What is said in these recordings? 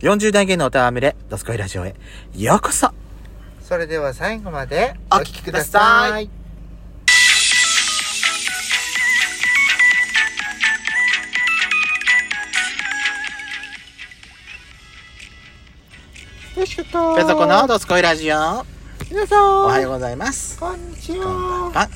40代芸のおたわむれ、ドスコイラジオへ、ようこそそれでは最後までお聞きください。よしこと。ペソコのドスコイラジオ、皆さん。おはようございます。こんにちこんばんは。は。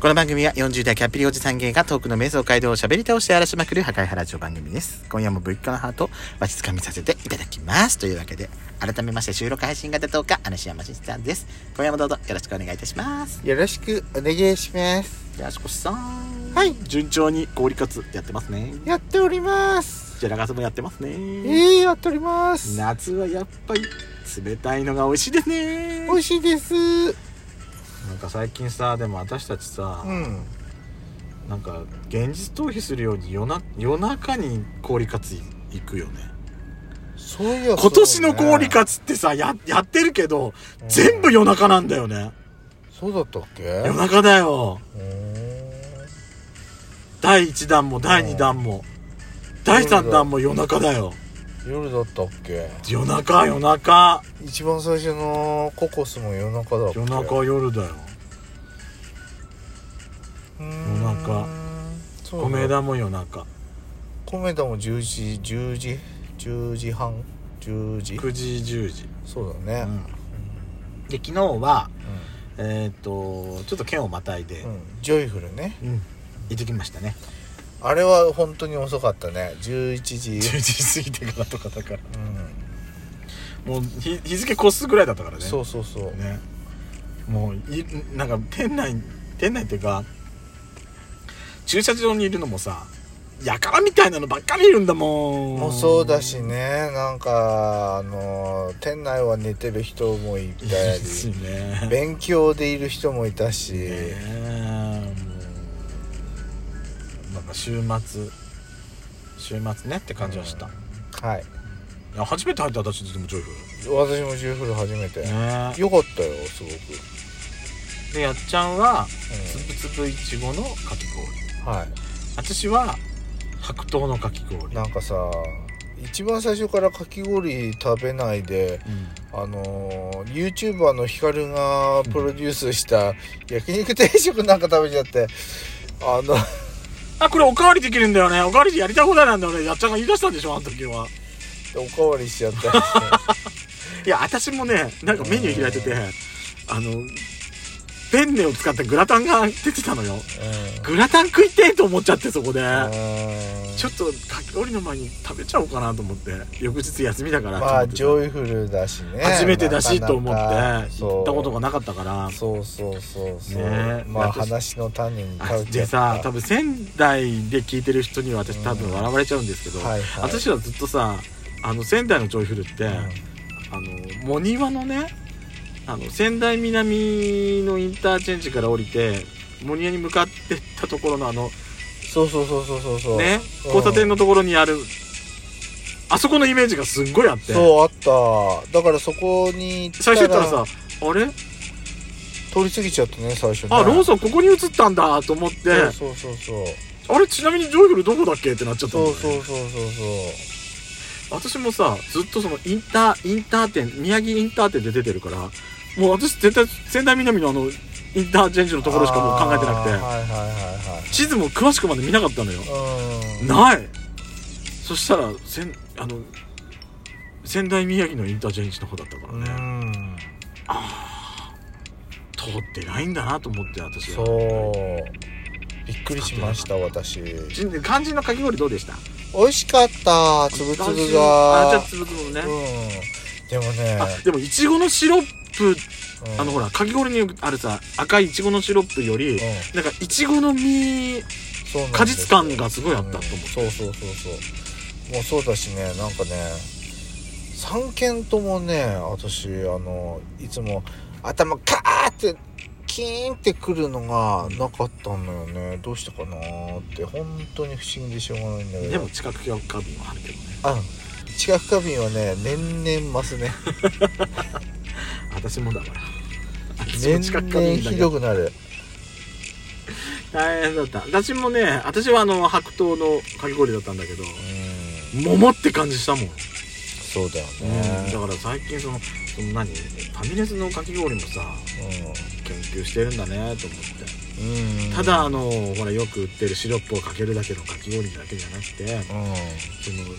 この番組は40代キャッピリおじさん芸がトークの瞑想街道を喋り倒して荒らしまくる破壊ハラジオ番組です。今夜もぶっかのハートをわしつかみさせていただきます。というわけで、改めまして収録配信型10日、嵐山しさんです。今夜もどうぞよろしくお願いいたします。よろしくお願いします。よろしくさん。はい順調に合理活やってますね。やっております。じゃらがさもやってますね。ええやっております。夏はやっぱり冷たいのが美味しいですね。美味しいです。うん。なんか最近さ、でも私たちさ、なんか現実逃避するように夜な夜中に氷活行くよねそういや、今年の氷か活ってさややってるけど、全部夜中なんだよねそうだったっけ夜中だよ第1弾も第2弾も、第3弾も夜中だよ夜だったっけ夜中夜中一番最初のココスも夜中だっけ夜中夜だようーん夜中そう米田も夜中米田も10時10時10時半10時9時10時、そうだうねん、で昨日はえーっとちょっと県をまたいで、うん、うんジョイフルねうん、行ってきましたねあれは本当に遅かったね11時、 10時過ぎてからとかだからうん、もう日日付越すぐらいだったからねそうそうそう、ねもういなんか店内店内っていうか駐車場にいるのもさやからみたいなのばっかりいるんだもんもうそうだしねなんかあの店内は寝てる人もいいたいりし ねね勉強でいる人もいたし、えもうなんか週末週末ねって感じはした、いはいや初めて入った私でもジョイフ私もジューフル初めて、ルねよかったよすごく、でやっちゃんはつうぶつぶいちごのかき氷ん、はい私は白桃のかき氷なんかさ一番最初からかき氷食べないであのー、YouTuber のヒカルがプロデュースした焼肉定食なんか食べちゃってあの あこれおかわりできるんだよねおかわりでやりたい放題なんだよねやっちゃんが言い出したんでしょあの時はおかわりしちゃったりいや私もねなんかメニュー開いててあのペンネを使ったグラタンが出てたのよして、グラタン食いてえと思っちゃってそこでうん、ちょっとかき氷の前に食べちゃおうかなと思って翌日休みだからまあとジ思ってョイフルだしね初めてだしなとか思っなてか行ったことがなかったからそうそうそうそう、ねまあだって話の種にあ食べちゃでっさた多分仙台で聞いてる人には私多分笑われちゃうんですけど、はいはい私はずっとさあの仙台のジョイフルって、あのモニワのねあの仙台南のインターチェンジから降りてモニワに向かってったところのあのそうそうそうそうそうそうねうん交差点のところにあるあそこのイメージがすっごいあってそうあっただからそこに行最初行ったらさあれ通り過ぎちゃったね最初ねあローソソンここに移ったんだと思ってそうそうそうあれちなみにジョイフルどこだっけってなっちゃったんだそようねそうそうそうそうそ私もさずっとそのインターインター店宮城インター店で出てるからもう私絶対仙台南のあのインターチェンジのうところしかもう考えてなあーくてはいはい地図も詳しくまで見なかったのよはいはいうんないそしたらせんあの仙台宮城のインターチェンジの方だったからうね、ん通ってないんだなと思って私はそうびっくりしました私じ肝心のかき氷どうでした美味しかったつぶつ肝ぶ心のあじゃがあつぶつぶね、うんでもねあでもいちごのシロップうんあのほらかき氷にあるさ赤いいちごのシロップより、うんなんかいちごの実そうなんです果実感がすごいあったと思うんそうそうそうそうもうそうだしねなんかね3軒ともね私あのいつも頭カーってキーンってくるのがなかったのよねどうしてかなーって本当に不思議でしょうがないんだう、けどでも近く企画花瓶はあるけどねあ知覚過敏はね年々増 すね私もだから私も年近く々ひどくなる大変だった私もね私はあの白桃のかき氷だったんだけどうん桃って感じしたもんそうだようんねだから最近そのその何ファミレスのかき氷もさ研究してるんだねと思ってうん、うん、ただあのほらよく売ってるシロップをかけるだけのかき氷だけじゃなくてうんうんその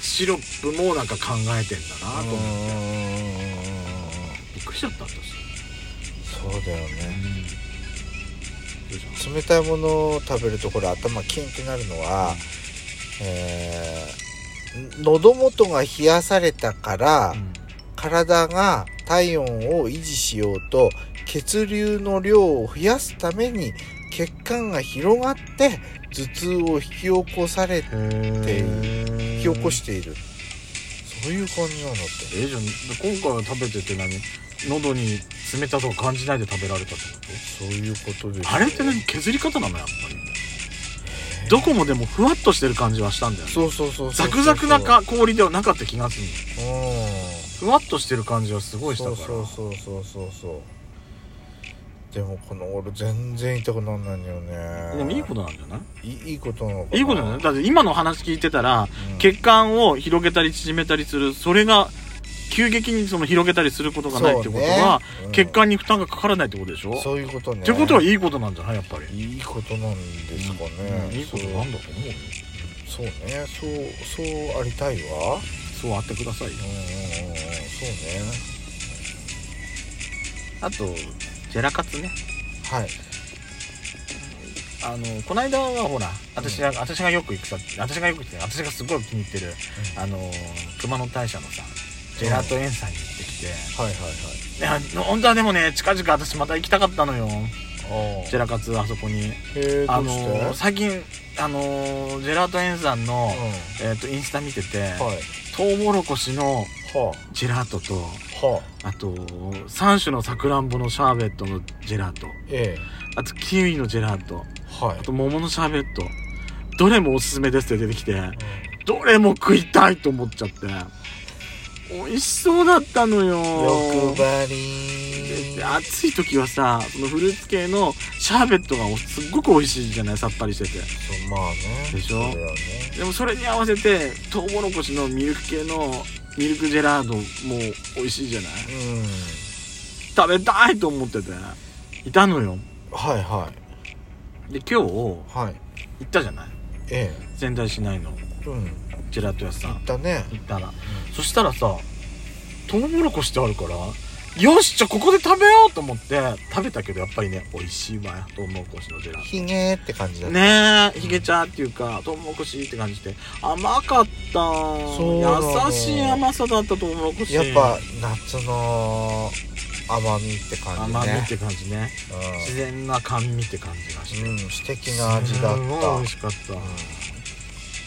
シロップもなんか考えてんだなと思ってびっくりしちゃった私そうだよねそうじゃん冷たいものを食べるとこれ頭キンってなるのは、えー喉元が冷やされたから、体が体温を維持しようと血流の量を増やすために血管が広がって頭痛を引き起こされへ引えき起こしている、そういう感じなんだってえじゃあ今回は食べてて何喉に冷たさを感じないで食べられたってことそういうことですよあれって何削り方なのやっぱりどこもでもふわっとしてる感じはしたんだよねそうそうそうそうザクザクなか氷ではなかった気がするうんふわっとしてる感じはすごいしたそかうらそうそうそうそうそうでもこの俺全然痛くなんないんだよねでもいいことなんじゃないいいいいことなのかないいことじゃないだって今の話聞いてたら血管を広げたり縮めたりするそれが急激にその広げたりすることがないってことは、そうねうん血管に負担がかからないってことでしょっそういうことねてことはいいことなんじゃないやっぱり、いいことなんですかね、うんいいことなんだと思うよそうそうねそうそうありたいわそうあってくださいようんうんうんうんそうねあとジェラカツねはいあのこの間はほら私が、私がよく行くさ私がよく行って私がすごい気に入ってる、うんあの熊野大社のさジェラート園さんに行ってきて、はいはいいや本当はでもね近々私また行きたかったのよはいジェラカツあそこにへえあどのうして、ー最近あのージェラート園さんの、うえー、とインスタ見てて、んはいトウモロコシのはジェラートとあはああと3種のさくらんぼのシャーベットのジェラートええあとキウイのジェラートはいあと桃のシャーベットどれもおすすめですって出てきてどれも食いたいと思っちゃって美味しそうだったのようん欲張りで暑い時はさそのフルーツ系のシャーベットがおすっごく美味しいじゃないさっぱりしててそうまあねでしょそうだよねでもそれに合わせてトウモロコシのミルク系のミルクジェラードも美味しいじゃないうん食べたいと思ってていたのよはいはいで今日行はいったじゃないえ仙台市内のえうんジェラート屋さんだね行ったら、そしたらさトウモロコシってあるからよしじゃあここで食べようと思って食べたけどやっぱりね美味しいわよトウモロコシのジェラートひげって感じだねねえヒゲ茶っていうかトウモロコシって感じで甘かったそうなの優しい甘さだったトウモロコシやっぱ夏の甘みって感じね甘みって感じね自然な甘味って感じがしてうん、うん、素敵な味だっすごい美味たしかった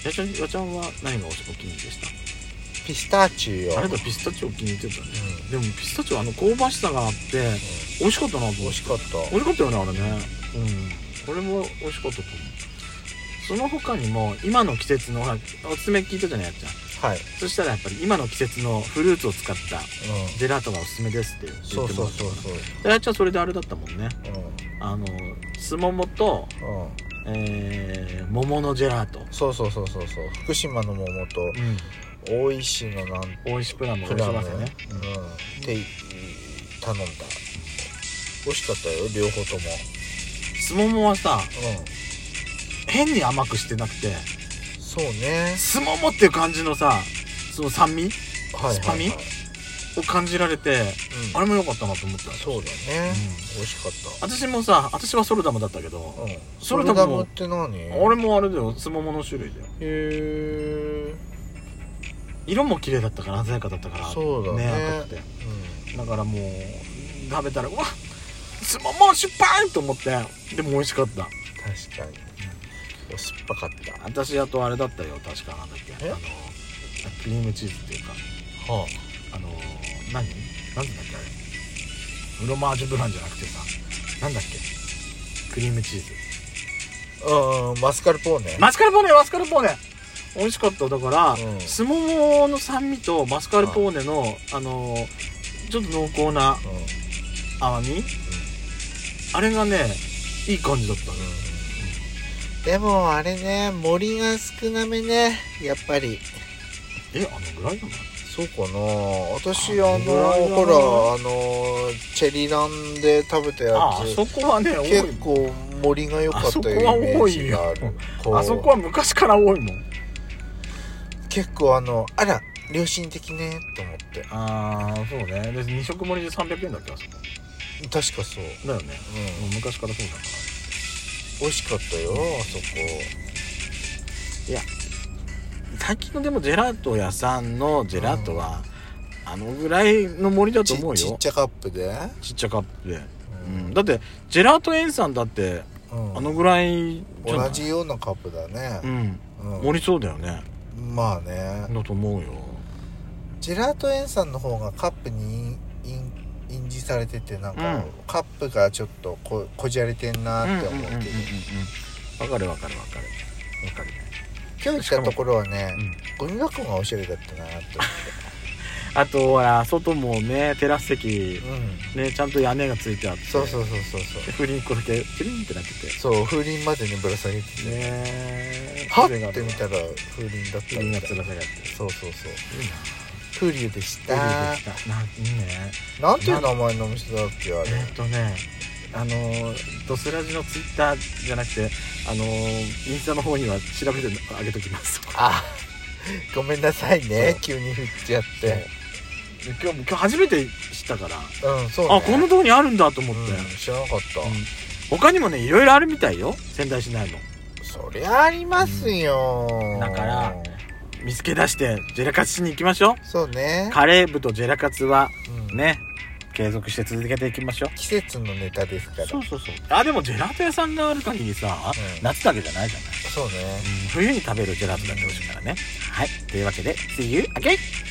やちゃんやちゃんは何がお気に入りでしピスタチオたあれうんだピスタチオお気に入りってたねでもピスタチオあの香ばしさがあって美味しかったなと思って美味しかっ美味しかったよねあれねうんこれも美味しかったと思うその他にも今の季節のほらおすすめ聞いたじゃないやっちゃんたはい、そしたらやっぱり今の季節のフルーツを使ったうジェラートがおすすめですって言っん、てそもらうったそうそうそうであやちゃんそれであれだったもんねうあのすももと、ん、うん、えー、桃のジェラート、そうそうそうそうそう福島の桃とうん、大石のなん美味しプラム美プ味ラしムますよねうん、で頼んだ美味しかったよ両方ともすももはさう変に甘くしてなくてんそうねすももっていう感じのさその酸味はいはいはいスパミうをん、感じられてああれも良かったなと思ったそうだね、美味しかった私もさ私はソルダムだったけど、うんそソれルでもダムって何あれもあれだよすももの種類だよへえ色も綺麗だったから鮮やかだったからそうだね赤くてだからもう食べたらうわすももしゅっぱいと思ってでも美味しかった確かにお酸っぱかった私あとあれだったよ確かなんだっけえあのクリームチーズっていうかはあの何何だっけあれフロマージュブランじゃなくてさなんだっけクリームチーズあうんマスカルポーネマスカルポーネマスカルポーネ美味しかっただから、うんすももの酸味とマスカルポーネの、あのちょっと濃厚なうんうん甘み、あれがねいい感じだったねでもあれね森が少なめねやっぱりえあのぐらいなのそうかな私ああのぐらいだなほらあのチェリランで食べたやああつそこはね多い結構森が良かったようなイメージがあるこうあそこは昔から多いもん結構あのあら良心的ねと思ってああそうね別に2食盛りで300円だっけあそこ確かそう、だよねうん、もう昔からそうだから美味しかったよあそこ最近のでもジェラート屋さんのジェラートは、あのぐらいの森だとち思うよちっちゃカップで、ちっちゃカップで、うん、だってジェラート園さんだってうんあのぐらいじゃない同じようなカップだねう、んうん盛りそうだよねまあねだと思うよジェラート園さんの方がカップに印印字されててなんか、うんカップがちょっとここじゃれてんなって思うけど、うんうんうんうんわかるわかるわかるわかるね今日行ったところはねうん、ゴミ箱がおしゃれだったなってあとほら外もねテラス席思って、うん、ねちゃんと屋根がついてあってそうそううそうそうそうフリンコだけフリンってなっててそう風鈴までにぶら下げてねて、えはって見たいら風鈴だったみんなみつたいらなさがってそうそうそういいな風流でしデビュたーできたなんいいねなんていう名前のお店だっけあれえっとねあのードスラジのツイッターじゃなくてあのーインスタの方には調べてあげときますあごめんなさいねそう急に振っちゃっでて 今日今日初めて知ったから、うんそうねあこのとこにあるんだと思って、うん知らなかった、うん他にもねいろいろあるみたいよ仙台市内もそりゃありますよ、だから見つけ出してジェラカツしに行きましょそうねうカレー部とジェラカツはうんね継続して続けていきましょう季節のネタですからそうそうそうあでもジェラート屋さんがある限りさ、うん夏だけじゃないじゃないそうねうん冬に食べるジェラートだってほしいからね。はい。というわけで、See you again!